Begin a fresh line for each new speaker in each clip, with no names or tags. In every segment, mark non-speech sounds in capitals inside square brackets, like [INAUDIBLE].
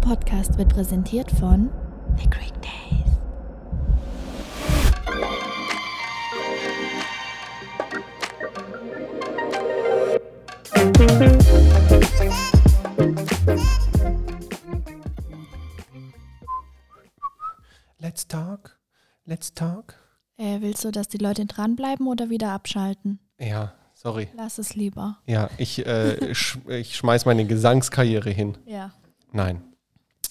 Podcast wird präsentiert von The Greek Days.
Let's talk. Let's talk.
Äh, willst du, dass die Leute dranbleiben oder wieder abschalten?
Ja, sorry.
Lass es lieber.
Ja, ich,
[LAUGHS]
äh, sch ich schmeiß meine Gesangskarriere hin.
Ja.
Nein.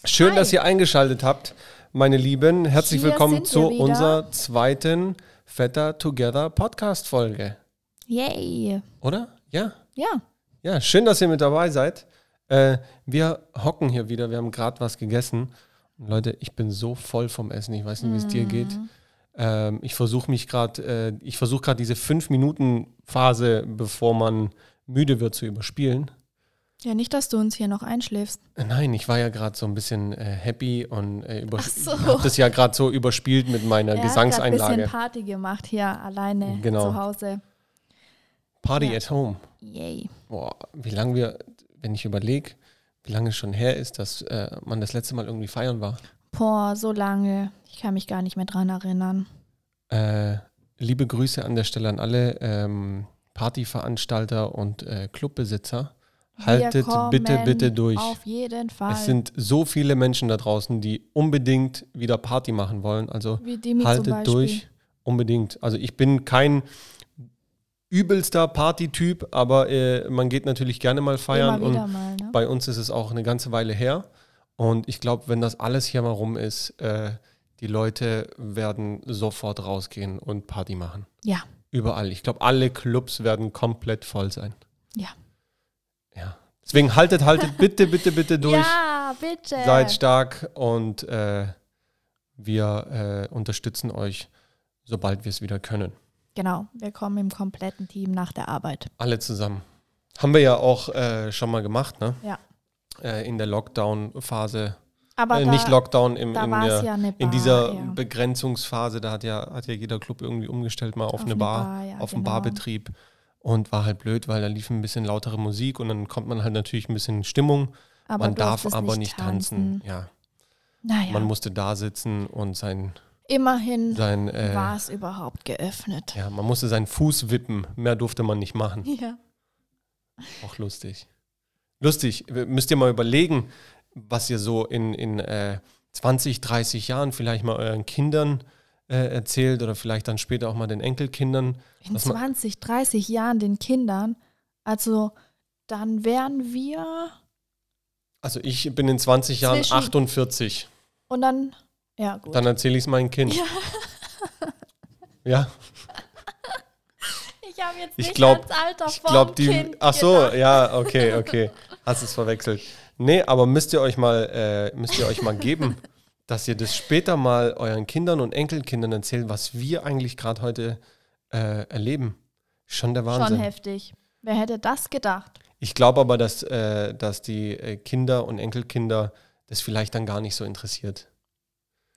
Schön,
Hi.
dass ihr eingeschaltet habt, meine Lieben. Herzlich
Hier
willkommen
sind
zu
wir wieder.
unserer zweiten Vetter Together Podcast Folge.
Yay.
Oder? Ja.
Ja.
Ja, schön, dass ihr mit dabei seid. Äh, wir hocken hier wieder. Wir haben gerade was gegessen. Und Leute, ich bin so voll vom Essen. Ich weiß nicht, wie es
Mm.
dir geht.
Mhm.
Ähm, ich versuche mich gerade, äh, ich versuche gerade diese 5-Minuten-Phase, bevor man müde wird, zu überspielen.
Ja, nicht, dass du uns hier noch einschläfst.
Äh, Nein, ich war ja gerade so ein bisschen äh, happy und äh, über
Ach so.
habe das ja gerade so überspielt mit meiner
Er Hat grad ein
Gesangseinlage.
bisschen Party gemacht hier alleine
Genau.
zu Hause.
Party
Ja.
at home.
Yay.
Boah, wie lange wir, wenn ich überlege, wie lange es schon her ist, dass äh, man das letzte Mal irgendwie feiern war.
Boah, so lange. Ich kann mich gar nicht mehr dran erinnern.
Äh, liebe Grüße an der Stelle an alle ähm, Partyveranstalter und äh, Clubbesitzer. Haltet
Wir
bitte,
kommen
bitte durch.
Auf jeden Fall.
Es sind so viele Menschen da draußen, die unbedingt wieder Party machen wollen. Also
Wie Demi zum
haltet
Beispiel.
durch, unbedingt. Also ich bin kein übelster Partytyp, aber äh, man geht natürlich gerne mal feiern.
Immer wieder
Und
mal, ne?
bei uns ist es auch eine ganze Weile her. Und ich glaube, wenn das alles hier mal rum ist, äh, die Leute werden sofort rausgehen und Party machen.
Ja,
Überall. Ich glaube, alle Clubs werden komplett voll sein.
ja.
Ja. Deswegen haltet, haltet bitte, bitte, bitte
[LAUGHS]
durch.
Ja, bitte.
Seid stark und äh, wir äh, unterstützen euch, sobald wir es wieder können.
genau, wir kommen im kompletten Team nach der Arbeit.
Alle zusammen. Haben wir ja auch äh, schon mal gemacht, ne?
Ja.
Äh, in der Lockdown-Phase.
Aber
Äh,
da,
nicht Lockdown, im,
da
in,
war es
der,
ja eine Bar.
in dieser
ja.
Begrenzungsphase. Da hat ja, hat ja jeder Club irgendwie umgestellt, mal auf, eine Bar,
ja,
auf einen
genau.
Barbetrieb. Und war halt blöd, weil da lief ein bisschen lautere Musik und dann kommt man halt natürlich ein bisschen in Stimmung.
Aber
man
du
darf
durftest
aber nicht tanzen. Ja.
Naja,
Man musste da sitzen und sein,
immerhin
sein äh,
war es überhaupt geöffnet.
Ja, man musste seinen Fuß wippen. Mehr durfte man nicht machen.
[LAUGHS] Ja.
Auch lustig. Lustig. Müsst ihr mal überlegen, was ihr so in, in äh, 20, 30 Jahren vielleicht mal euren Kindern äh, erzählt oder vielleicht dann später auch mal den Enkelkindern.
In
Was man-
20, 30 Jahren den Kindern, also dann wären wir
Also ich bin in 20 Jahren
Zwischen-
48.
und dann, ja gut.
Dann erzähle ich es meinem Kind.
Ja.
Ja,
ich habe jetzt
Ich
nicht
glaub-
ans Alter
ich
vom
glaube, die.
Kind
Ach so,
gedacht.
ja, okay, okay. Hast es verwechselt. Nee, aber müsst ihr euch mal, äh, müsst ihr euch mal
[LAUGHS]
geben, dass ihr das später mal euren Kindern und Enkelkindern erzählt, was wir eigentlich gerade heute äh, erleben. Schon der Wahnsinn.
Schon heftig. Wer hätte das gedacht?
Ich glaube aber, dass, äh, dass die äh, Kinder und Enkelkinder das vielleicht dann gar nicht so interessiert.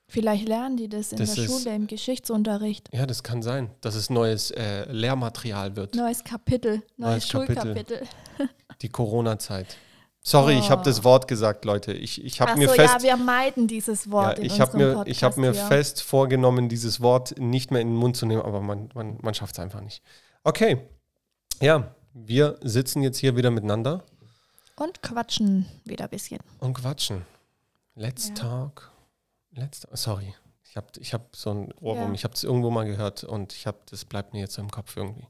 Vielleicht lernen die das in
Das
der
ist-
Schule, im Geschichtsunterricht.
Ja, das kann sein, dass es neues äh, Lehrmaterial wird.
Neues Kapitel, neues,
Neues Kapitel.
Schulkapitel.
Die Corona-Zeit. Sorry, ich habe
Oh.
das Wort gesagt, Leute. Ich, ich habe
Ach
mir
so,
fest.
ja, wir meiden dieses Wort in
ja, ich
unserem
habe mir,
Podcast.
ich hab mir
hier.
fest vorgenommen, dieses Wort nicht mehr in den Mund zu nehmen, aber man, man, man schafft es einfach nicht. Okay, ja, wir sitzen jetzt hier wieder miteinander
Und quatschen wieder ein bisschen.
und quatschen. Let's
Ja.
talk. Let's talk. Sorry, ich habe ich hab so ein Ohrwurm.
Ja.
Ich habe es irgendwo mal gehört und ich habe das bleibt mir jetzt so im Kopf irgendwie.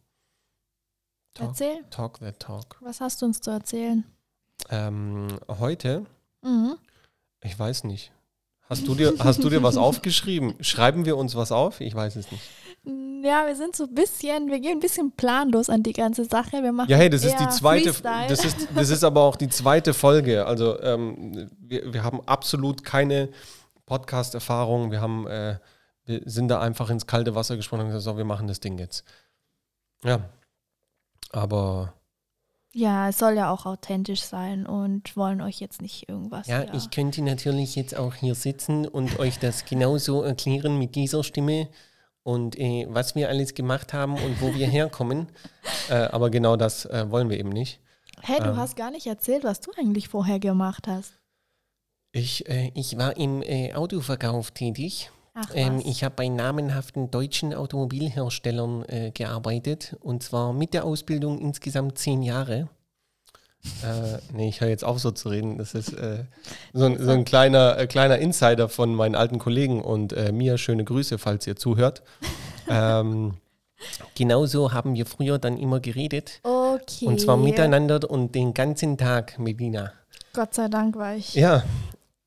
Talk,
Erzähl,
talk that talk.
was hast du uns zu erzählen?
Ähm, heute,
Mhm.
ich weiß nicht. Hast du, dir, hast du dir
[LAUGHS]
was aufgeschrieben? Schreiben wir uns was auf? Ich weiß es nicht.
Ja, wir sind so ein bisschen, wir gehen ein bisschen planlos an die ganze Sache. Wir machen
Ja, hey, das ist die
eher
zweite,
Freestyle.
das ist, das ist aber auch die zweite Folge. Also ähm, wir, wir haben absolut keine Podcast-Erfahrung. Wir haben, äh, wir sind da einfach ins kalte Wasser gesprungen und gesagt, so, wir machen das Ding jetzt. Ja. Aber
ja, es soll ja auch authentisch sein und wollen euch jetzt nicht irgendwas.
Ja,
hier-
ich könnte natürlich jetzt auch hier sitzen und euch das genauso erklären mit dieser Stimme und äh, was wir alles gemacht haben und wo wir herkommen.
äh, aber genau das äh, wollen wir eben nicht.
Hey, du
ähm,
hast gar nicht erzählt, was du eigentlich vorher gemacht hast.
Ich, äh, ich war im äh, Autoverkauf tätig.
Ach, was.
Ähm, ich habe bei namenhaften deutschen Automobilherstellern äh, gearbeitet und zwar mit der Ausbildung insgesamt zehn Jahre.
Äh, nee, ich höre jetzt auf, so zu reden. Das ist äh, so, ein, so ein kleiner, äh, kleiner Insider von meinen alten Kollegen und äh, mir. Schöne Grüße, falls ihr zuhört. Ähm,
Genauso haben wir früher dann immer geredet
okay.
und zwar miteinander und den ganzen Tag, Medina.
Gott sei Dank war ich,
ja,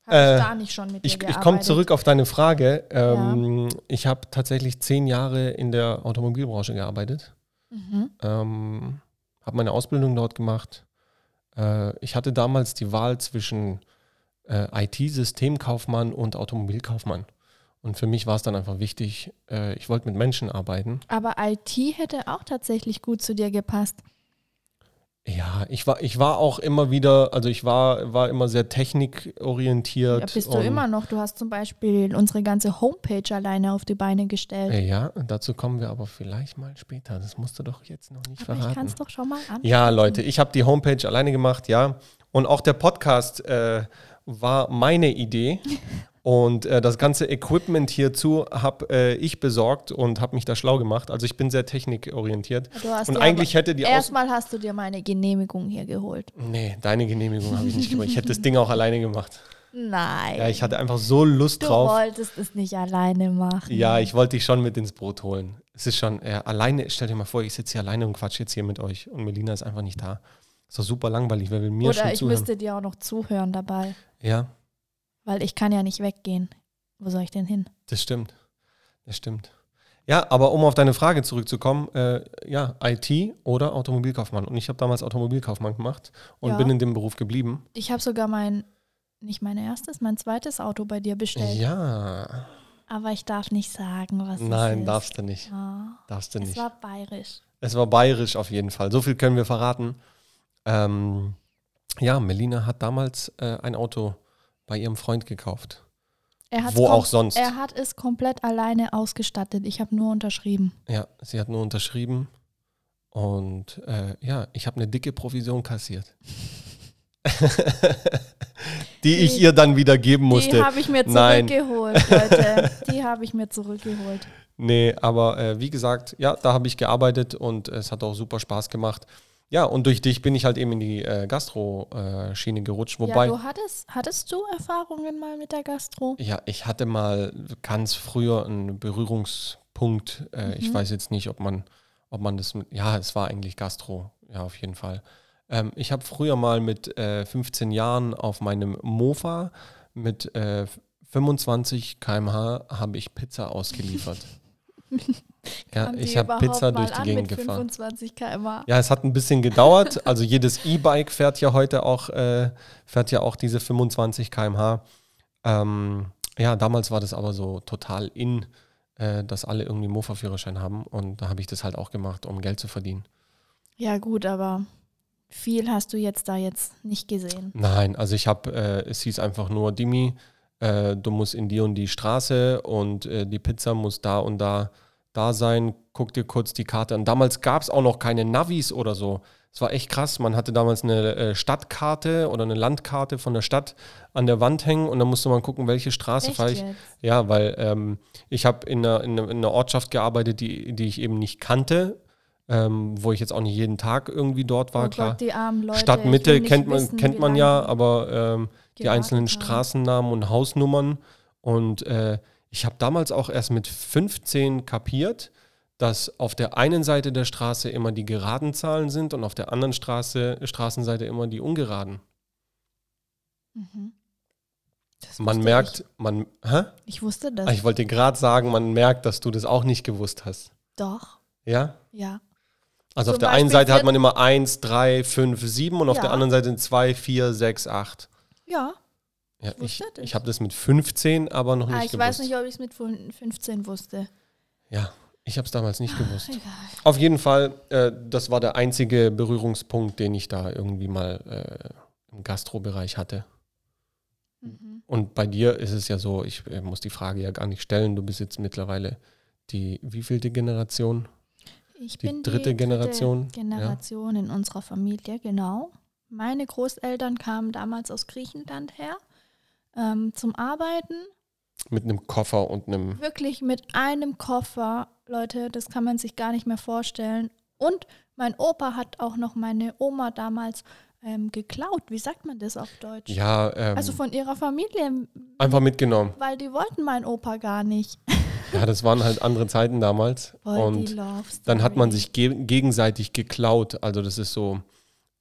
habe
äh,
ich da nicht schon mit dir
ich, ich
gearbeitet.
komme zurück auf deine Frage. Ähm, Ich habe tatsächlich zehn Jahre in der Automobilbranche gearbeitet.
Mhm.
Ähm, habe meine Ausbildung dort gemacht. Äh, ich hatte damals die Wahl zwischen äh, IT-Systemkaufmann und Automobilkaufmann. Und für mich war es dann einfach wichtig, äh, ich wollte mit Menschen arbeiten.
Aber IT hätte auch tatsächlich gut zu dir gepasst.
Ja, ich war, ich war auch immer wieder, also ich war, war immer sehr technikorientiert.
Ja, bist du
und-
immer noch. Du hast zum Beispiel unsere ganze Homepage alleine auf die Beine gestellt.
Äh, Ja, dazu kommen wir aber vielleicht mal später. Das musst du doch jetzt noch nicht
Aber ich kann
verraten.
es doch schon mal an.
Ja, Leute, ich habe die Homepage alleine gemacht, ja. Und auch der Podcast äh, war
[LAUGHS]
meine Idee. Und äh, das ganze Equipment hierzu habe äh, ich besorgt und habe mich da schlau gemacht. Also ich bin sehr technikorientiert.
Du hast
Und
dir
eigentlich
aber-
hätte die Aus
Erstmal hast du dir meine Genehmigung hier geholt.
Nee, deine Genehmigung habe ich nicht gemacht. Ich hätte das Ding auch alleine
[LAUGHS]
gemacht.
Nein.
Ja, ich hatte einfach so Lust
du
drauf.
wolltest es nicht alleine machen.
Ja, ich wollte dich schon mit ins Brot holen. Es ist schon, äh, alleine, stell dir mal vor, ich sitze hier alleine und quatsche jetzt hier mit euch und Melina ist einfach nicht da. Ist doch super langweilig, wer will mir
Oder
schon
ich
zuhören?
müsste dir auch noch zuhören dabei,
ja,
weil ich kann ja nicht weggehen. Wo soll ich denn hin?
das stimmt. Das stimmt. Ja, aber um auf deine Frage zurückzukommen, äh, ja, IT oder Automobilkaufmann. Und ich habe damals Automobilkaufmann gemacht und
Ja.
bin in dem Beruf geblieben.
Ich habe sogar mein, nicht mein erstes, mein zweites Auto bei dir bestellt.
Ja.
Aber ich darf nicht sagen, was es
Nein,
ist.
darfst du nicht.
Ah,
Darfst du
es
nicht.
war bayerisch.
Es war bayerisch auf jeden Fall. So viel können wir verraten. Ähm, ja, Melina hat damals äh, ein Auto bei ihrem Freund gekauft.
Er hat's
Wo
kom-
auch sonst.
Er hat es komplett alleine ausgestattet. Ich habe nur unterschrieben.
Ja, sie hat nur unterschrieben. Und äh, ja, ich habe eine dicke Provision kassiert. [LAUGHS] die ich
Die-
ihr dann wieder geben musste.
Die habe ich mir
Nein.
zurückgeholt, Leute.
[LAUGHS]
Die habe ich mir zurückgeholt.
Nee, aber äh, wie gesagt, ja, da habe ich gearbeitet und es hat auch super Spaß gemacht. Ja, und durch dich bin ich halt eben in die äh, Gastro-Schiene gerutscht.
ja,
Wobei,
du hattest, hattest du Erfahrungen mal mit der Gastro?
Ja, ich hatte mal ganz früher einen Berührungspunkt. Äh,
Mhm.
Ich weiß jetzt nicht, ob man, ob man das mit. Ja, es war eigentlich Gastro, ja, auf jeden Fall. Ähm, ich habe früher mal mit äh, 15 Jahren auf meinem Mofa mit äh, 25 km/h habe ich
[LAUGHS]
Pizza ausgeliefert. ja,
Haben
ich
die
habe
überhaupt
Pizza
mal
durch die
an
Gegend
mit
gefahren.
25 km/h.
Ja, es hat ein bisschen gedauert. Also jedes E-Bike fährt ja heute auch, äh, fährt ja auch diese 25 km/h. Ähm, ja, damals war das aber so total in, äh, dass alle irgendwie Mofa-Führerschein haben. Und da habe ich das halt auch gemacht, um Geld zu verdienen.
Ja, gut, aber viel hast du jetzt da jetzt nicht gesehen.
Nein, also ich habe, äh, es hieß einfach nur, Dimi, äh, du musst in die und die Straße und äh, die Pizza muss da und da da sein. Guck dir kurz die Karte an. Damals gab es auch noch keine Navis oder so. Es war echt krass. Man hatte damals eine äh, Stadtkarte oder eine Landkarte von der Stadt an der Wand hängen und dann musste man gucken, welche Straße
Echt
fahre ich.
jetzt?
Ja, weil ähm, ich habe in einer, in, einer, in einer Ortschaft gearbeitet, die, die ich eben nicht kannte, ähm, wo ich jetzt auch nicht jeden Tag irgendwie dort war,
oh
klar.
Gott, die armen Leute. ich will
Stadtmitte
nicht
kennt man,
wissen,
kennt
wie
man
lange
ja,
die-
aber ähm, die
gewartet
einzelnen
haben.
Straßennamen und Hausnummern. Und äh, ich habe damals auch erst mit 15 kapiert, dass auf der einen Seite der Straße immer die geraden Zahlen sind und auf der anderen Straße, Straßenseite immer die ungeraden.
Mhm. Das
Man
wusste
merkt, man, hä?
Ich, ich wusste das.
Ah, Ich wollte gerade sagen, man merkt, dass du das auch nicht gewusst hast.
Doch,
Ja?
ja.
Also auf
Zum
der einen
Beispiel
Seite hat
vier-
man immer 1, 3, 5, 7 und auf
Ja.
der anderen Seite 2, 4, 6, 8.
Ja,
Ja,
Ich
ich
wusste das.
ich habe das mit 15, aber noch nicht
ah, ich
gewusst.
weiß nicht, ob ich es mit 15 wusste.
Ja, ich habe es damals
Ah,
nicht gewusst.
Egal.
Auf jeden Fall, äh, das war der einzige Berührungspunkt, den ich da irgendwie mal äh, im Gastrobereich hatte.
Mhm.
Und bei dir ist es ja so, ich äh, muss die Frage ja gar nicht stellen, du bist jetzt mittlerweile die wievielte Generation?
Ich
Die
bin
dritte Generation, ja.
Generation in unserer Familie, genau. Meine Großeltern kamen damals aus Griechenland her. ähm, zum Arbeiten.
Mit einem Koffer und einem.
Wirklich mit einem Koffer, Leute, das kann man sich gar nicht mehr vorstellen. Und mein Opa hat auch noch meine Oma damals ähm, geklaut. Wie sagt man das auf Deutsch?
Ja, ähm,
Also von ihrer Familie,
einfach mitgenommen.
weil die wollten meinen Opa gar nicht.
Ja, das waren halt andere Zeiten damals.
Voll die
und
Love
dann hat man
Story.
sich ge gegenseitig geklaut. Also das ist so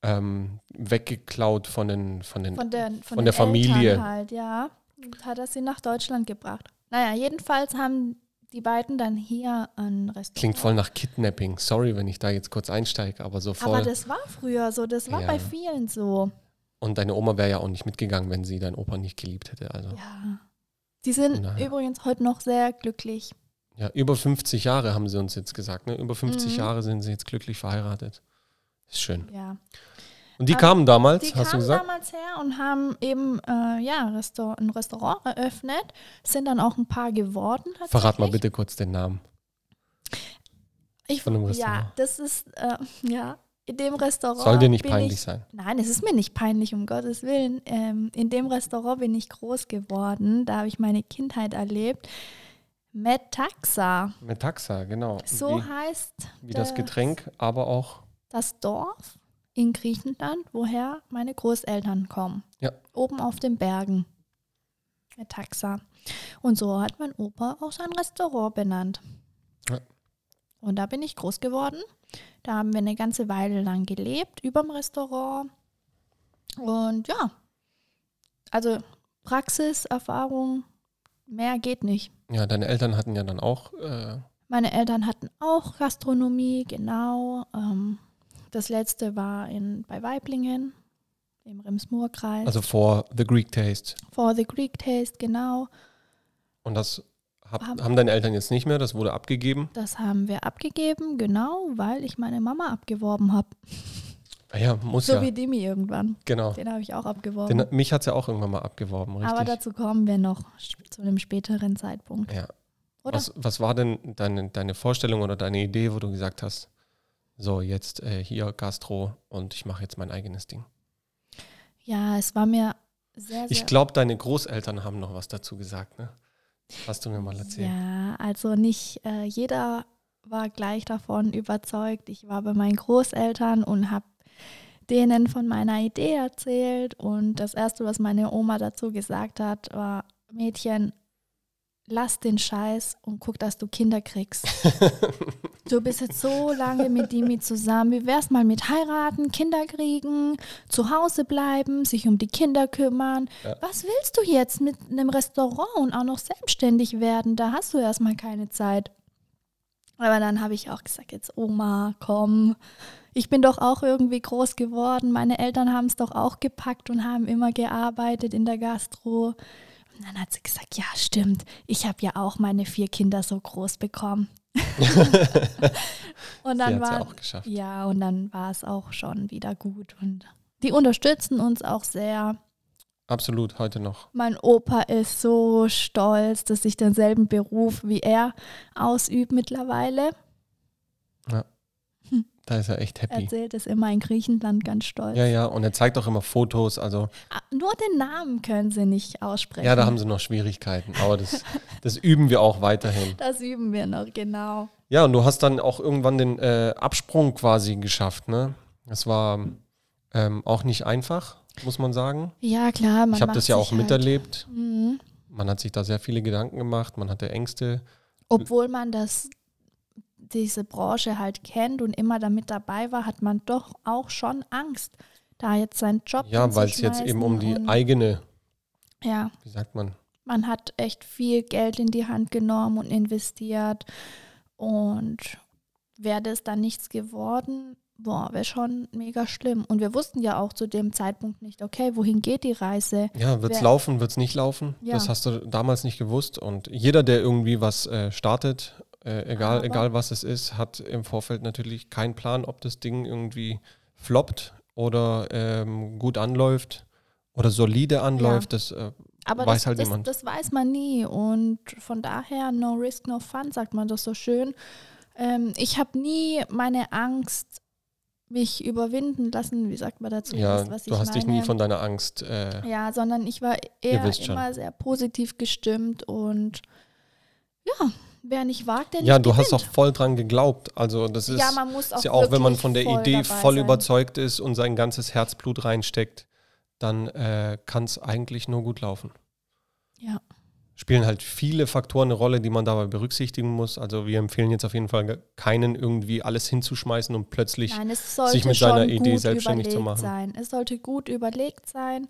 ähm, weggeklaut von den, von den
von der, von
von
den
der Familie.
Eltern halt, ja. Und hat er sie nach Deutschland gebracht. Naja, jedenfalls haben die beiden dann hier ein Restaurant.
Klingt voll nach Kidnapping. Sorry, wenn ich da jetzt kurz einsteige, aber so voll.
Aber das war früher so, das war
Ja.
bei vielen so.
und deine Oma wäre ja auch nicht mitgegangen, wenn sie deinen Opa nicht geliebt hätte. Also ja,
Ja. Die sind
Naja.
übrigens heute noch sehr glücklich.
über 50 Jahre haben sie uns jetzt gesagt. Ne? Über 50
Mhm.
Jahre sind sie jetzt glücklich verheiratet. Ist schön.
Ja.
Und die
Aber
kamen damals,
Die
hast du
kamen
gesagt?
damals her und haben eben äh, ja, Restaur ein Restaurant eröffnet, sind dann auch ein paar geworden.
Verrat mal
tatsächlich.
bitte kurz den Namen.
Ich,
von einem
Ja,
Restaurant.
das ist, äh, ja, in dem Restaurant.
Soll dir nicht
bin
peinlich
ich,
sein.
Nein, es ist mir nicht peinlich, um Gottes Willen. Ähm, in dem Restaurant bin ich groß geworden. Da habe ich meine Kindheit erlebt. Metaxa.
Metaxa, genau.
So
wie,
heißt
wie das
das-
Getränk, aber auch
das Dorf in Griechenland, woher meine Großeltern kommen.
Ja.
Oben auf den Bergen. Metaxa. Und so hat mein Opa auch sein Restaurant benannt.
Ja.
Und da bin ich groß geworden. Da haben wir eine ganze Weile lang gelebt, überm Restaurant. Und ja, also Praxis, Erfahrung, mehr geht nicht.
Ja, deine Eltern hatten ja dann auch. Äh,
Meine Eltern hatten auch Gastronomie, genau. Ähm, das letzte war in, bei Weiblingen im Rems-Murr-Kreis.
also vor The Greek Taste.
For the Greek Taste, genau.
Und das hab,
Hab-
haben deine Eltern jetzt nicht mehr, das wurde abgegeben.
Das haben wir abgegeben, genau, weil ich meine Mama abgeworben habe.
Ah Ja, muss
So
ja.
wie Dimi irgendwann.
Genau.
Den habe ich auch abgeworben.
Den, mich hat es ja auch irgendwann mal abgeworben, richtig.
Aber dazu kommen wir noch sch- zu einem späteren Zeitpunkt.
ja.
Oder?
was, was war denn deine, deine Vorstellung oder deine Idee, wo du gesagt hast, so jetzt äh, hier Gastro und ich mache jetzt mein eigenes Ding?
Ja, es war mir sehr, sehr
Ich glaube, deine Großeltern haben noch was dazu gesagt, ne? Hast du mir mal erzählt. [LAUGHS]
Ja, also nicht äh, jeder war gleich davon überzeugt. Ich war bei meinen Großeltern und habe denen von meiner Idee erzählt. Und das Erste, was meine Oma dazu gesagt hat, war, Mädchen, lass den Scheiß und guck, dass du Kinder
[LAUGHS]
kriegst. Du bist jetzt so lange mit Dimi zusammen. Wie wär's mal mit heiraten, Kinder kriegen, zu Hause bleiben, sich um die Kinder kümmern?
Ja.
Was willst du jetzt mit einem Restaurant und auch noch selbstständig werden? Da hast du erstmal keine Zeit. Aber dann habe ich auch gesagt, jetzt Oma, komm. Ich bin doch auch irgendwie groß geworden. Meine Eltern haben es doch auch gepackt und haben immer gearbeitet in der Gastro. Und dann hat sie gesagt, ja, stimmt. Ich habe ja auch meine vier Kinder so groß bekommen. und
Sie
dann
hat es ja
war
auch geschafft.
ja, und dann war es auch schon wieder gut und die unterstützen uns auch sehr.
Absolut, heute noch.
Mein Opa ist so stolz, dass ich denselben Beruf wie er ausübe mittlerweile.
Da ist er echt
Er
happy.
erzählt es immer in Griechenland ganz stolz.
Ja, ja, und er zeigt auch immer Fotos, also
Ah, Nur den Namen können sie nicht aussprechen.
Ja, da haben sie noch Schwierigkeiten, aber das, das üben wir auch weiterhin.
[LAUGHS] das üben wir noch, genau.
Ja, und du hast dann auch irgendwann den äh, Absprung quasi geschafft, ne? Das war ähm, auch nicht einfach, muss man sagen.
Ja, klar. Man
ich habe
macht
das ja
sich
auch
halt,
miterlebt.
Mhm.
Man hat sich da sehr viele Gedanken gemacht, man hatte Ängste.
Obwohl man das, diese Branche halt kennt und immer damit dabei war, hat man doch auch schon Angst, da jetzt seinen Job
Ja, weil es jetzt eben um die
hinzuschmeißen und,
eigene,
Ja,
wie sagt man,
man hat echt viel Geld in die Hand genommen und investiert. Und wäre das dann nichts geworden, boah, wäre schon mega schlimm. Und wir wussten ja auch zu dem Zeitpunkt nicht, okay, wohin geht die Reise?
ja, wird es
Wer-
laufen, wird es nicht laufen?
Ja.
Das hast du damals nicht gewusst. Und jeder, der irgendwie was äh, startet, äh, egal,
Aber-
egal was es ist, hat im Vorfeld natürlich keinen Plan, ob das Ding irgendwie floppt oder ähm, gut anläuft oder solide anläuft. Das äh,
Aber
Weiß
das,
halt
das,
niemand.
das weiß man nie. Und von daher, no risk, no fun, sagt man das so schön. Ähm, ich habe nie meine Angst mich überwinden lassen, wie sagt man dazu?
ja,
Wisst,
du hast dich nie von deiner Angst. Äh,
Ja, sondern ich war
Ihr
eher
wisst schon.
immer sehr positiv gestimmt und ja, wer nicht wagt, der
ja,
nicht
du hast auch
gewinnt.
voll dran geglaubt. Also das ist
ja, man muss auch,
ist ja auch, wenn man
wirklich
von der
voll
Idee
dabei
voll
sein.
überzeugt ist und sein ganzes Herzblut reinsteckt, dann äh, kann es eigentlich nur gut laufen.
Ja.
Spielen halt viele Faktoren eine Rolle, die man dabei berücksichtigen muss. Also wir empfehlen jetzt auf jeden Fall ge- keinen irgendwie alles hinzuschmeißen und plötzlich
Nein, es sollte
mit
schon
seiner
gut
Idee selbstständig zu
überlegt
machen.
Sein. Es sollte gut überlegt sein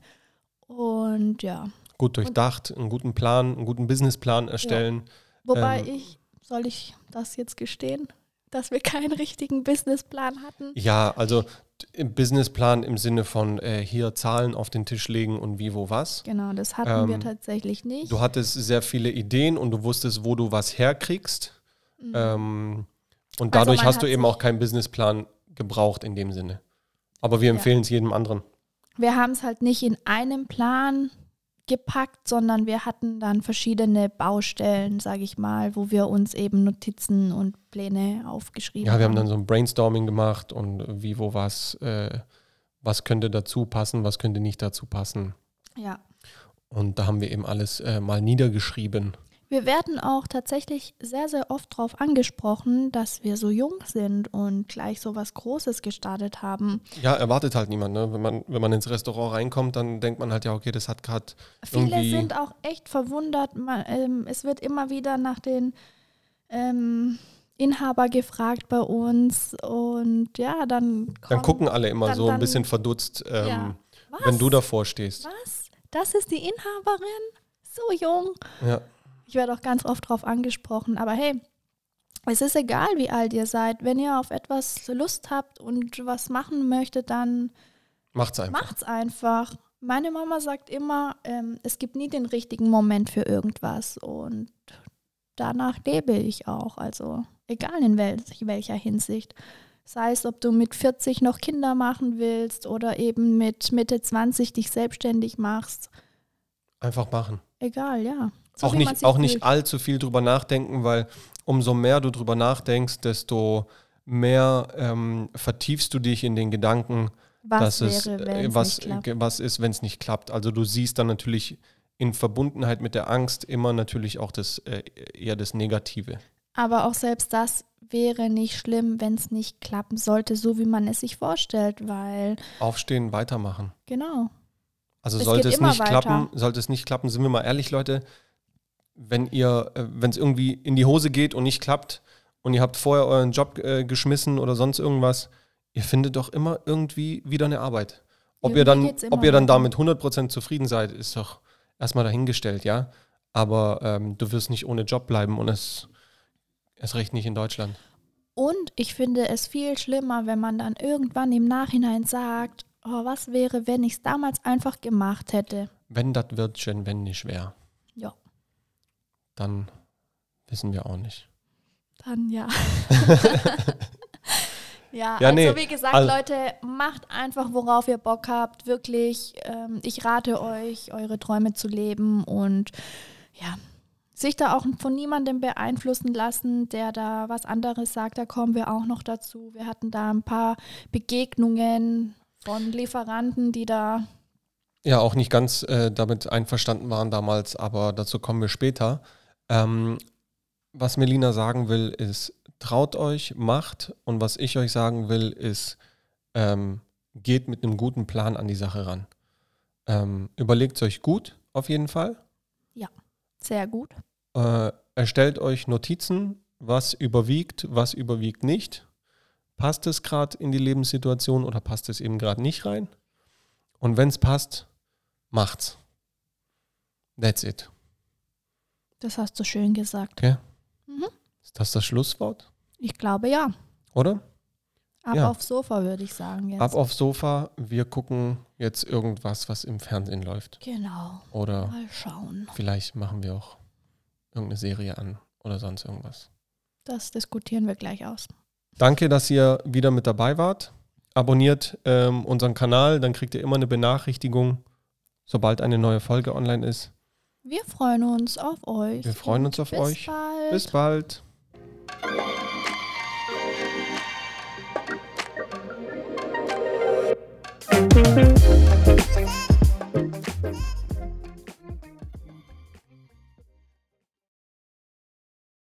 und ja.
gut durchdacht, einen guten Plan, einen guten Businessplan erstellen.
Wobei
Ähm,
ich, soll ich das jetzt gestehen, dass wir keinen [LAUGHS] richtigen Businessplan hatten?
Ja, also t- im Businessplan im Sinne von äh, hier Zahlen auf den Tisch legen und wie, wo, was.
Genau, das hatten wir
Ähm,
tatsächlich nicht.
Du hattest sehr viele Ideen und du wusstest, wo du was herkriegst.
Mhm.
Ähm, und
Also
dadurch
man
hast du
hat
eben
sich-
auch keinen Businessplan gebraucht in dem Sinne. Aber wir empfehlen es jedem anderen.
wir haben es halt nicht in einem Plan gepackt, sondern wir hatten dann verschiedene Baustellen, sage ich mal, wo wir uns eben Notizen und Pläne aufgeschrieben
Ja, wir haben dann so ein Brainstorming gemacht und wie, wo, was, äh, was könnte dazu passen, was könnte nicht dazu passen.
ja.
Und da haben wir eben alles äh, mal niedergeschrieben.
Wir werden auch tatsächlich sehr, sehr oft darauf angesprochen, dass wir so jung sind und gleich so was Großes gestartet haben.
Ja, erwartet halt niemand. Ne? Wenn, man, wenn man ins Restaurant reinkommt, dann denkt man halt, ja, okay, das hat gerade
Viele
irgendwie
sind auch echt verwundert. Man, ähm, es wird immer wieder nach den ähm, Inhaber gefragt bei uns und ja, dann kommt,
Dann gucken alle immer
dann-
so ein
dann-
bisschen verdutzt, ähm,
Ja. was?
wenn du davor stehst.
Was? Das ist die Inhaberin? So jung.
Ja.
Ich werde auch ganz oft darauf angesprochen, aber hey, es ist egal, wie alt ihr seid. Wenn ihr auf etwas Lust habt und was machen möchtet, dann
Macht's einfach.
macht's einfach. Meine Mama sagt immer, ähm, es gibt nie den richtigen Moment für irgendwas und danach lebe ich auch. Also egal in welch, welcher Hinsicht. Sei es, ob du mit 40 noch Kinder machen willst oder eben mit Mitte 20 dich selbstständig machst.
Einfach machen.
Egal, ja. So
auch
wie man
nicht,
sich
auch nicht
fühlt.
allzu viel drüber nachdenken, weil umso mehr du drüber nachdenkst, desto mehr ähm, vertiefst du dich in den Gedanken,
was
dass
wäre,
es
wenn's
äh,
nicht
was,
klappt.
ge- was ist, wenn es nicht klappt. Also du siehst dann natürlich in Verbundenheit mit der Angst immer natürlich auch das äh, eher das Negative.
Aber auch selbst das wäre nicht schlimm, wenn es nicht klappen sollte, so wie man es sich vorstellt, weil
Aufstehen, weitermachen.
genau.
Also
Es
sollte
geht
es
immer
nicht
weiter.
klappen, sollte es nicht klappen, sind wir mal ehrlich, Leute, wenn ihr, wenn es irgendwie in die Hose geht und nicht klappt und ihr habt vorher euren Job äh, geschmissen oder sonst irgendwas, ihr findet doch immer irgendwie wieder eine Arbeit. Ob ihr
Irgendwie
dann,
geht's
ob
immer
ihr dann
weiter.
damit 100% zufrieden seid, ist doch erstmal dahingestellt, ja. Aber ähm, du wirst nicht ohne Job bleiben und es erst recht nicht in Deutschland.
Und ich finde es viel schlimmer, wenn man dann irgendwann im Nachhinein sagt, oh, was wäre, wenn ich es damals einfach gemacht hätte.
Wenn das wird schön, wenn nicht wäre,
Ja,
dann wissen wir auch nicht.
dann
[LAUGHS]
ja. ja,
Ja,
also
nee,
wie gesagt,
also-
Leute, macht einfach, worauf ihr Bock habt. Wirklich, ähm, ich rate euch, eure Träume zu leben und ja, sich da auch von niemandem beeinflussen lassen, der da was anderes sagt. Da kommen wir auch noch dazu. Wir hatten da ein paar Begegnungen von Lieferanten, die da
ja auch nicht ganz äh, damit einverstanden waren damals, aber dazu kommen wir später. Ähm, was Melina sagen will, ist, traut euch, macht. Und was ich euch sagen will, ist, ähm, geht mit einem guten Plan an die Sache ran. Ähm, Überlegt es euch gut, auf jeden Fall.
sehr gut.
Äh, erstellt euch Notizen, was überwiegt, was überwiegt nicht. Passt es gerade in die Lebenssituation oder passt es eben gerade nicht rein? Und wenn es passt, macht's. That's it.
Das hast du schön gesagt.
Ist das das Schlusswort,
Ich glaube ja.
oder?
Ab
Ja.
aufs Sofa würde ich sagen jetzt.
Ab aufs Sofa, wir gucken jetzt irgendwas, was im Fernsehen läuft.
genau.
Oder
Mal schauen.
vielleicht machen wir auch irgendeine Serie an oder sonst irgendwas.
Das diskutieren wir gleich aus.
Danke, dass ihr wieder mit dabei wart. Abonniert ähm, unseren Kanal, dann kriegt ihr immer eine Benachrichtigung, sobald eine neue Folge online ist.
Wir freuen uns auf euch.
Wir freuen uns
und
auf
bis
euch.
Bald.
Bis bald. Tschüss.